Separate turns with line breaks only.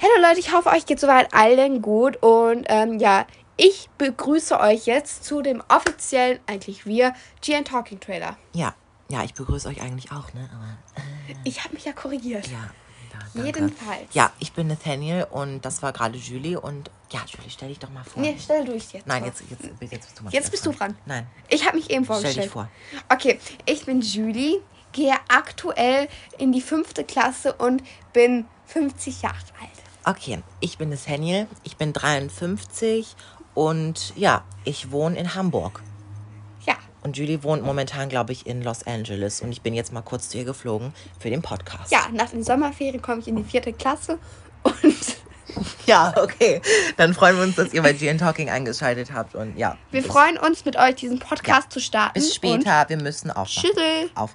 Hallo Leute, ich hoffe, euch geht soweit allen gut. Und ähm, ja, ich begrüße euch jetzt zu dem offiziellen, eigentlich wir, GN Talking Trailer.
Ja, ja, ich begrüße euch eigentlich auch, ne? Aber,
Ich habe mich ja korrigiert.
äh, ja, ja, danke.
Jedenfalls.
Ja, ich bin Nathaniel und das war gerade Julie und ja, Julie, stell dich doch mal vor.
Nee, stell du dich jetzt.
Nein,
vor.
jetzt, jetzt, jetzt bist du mal
Jetzt bist du dran.
Nein,
Ich habe mich eben vorgestellt.
stell dich vor.
Okay, ich bin Julie, gehe aktuell in die fünfte Klasse und bin 50 Jahre alt.
Okay, ich bin Nathaniel, ich bin 53 und ja, ich wohne in Hamburg.
Ja,
Und Julie wohnt momentan, glaube ich, in Los Angeles. Und ich bin jetzt mal kurz zu ihr geflogen für den Podcast.
ja, nach den Sommerferien komme ich in die vierte Klasse und
Ja, okay. Dann freuen wir uns, dass ihr bei GN Talking eingeschaltet habt. Und ja,
wir
bis,
freuen uns, mit euch diesen Podcast zu starten.
bis
Und
später. Wir müssen aufwachen.
tschüss.
Auf,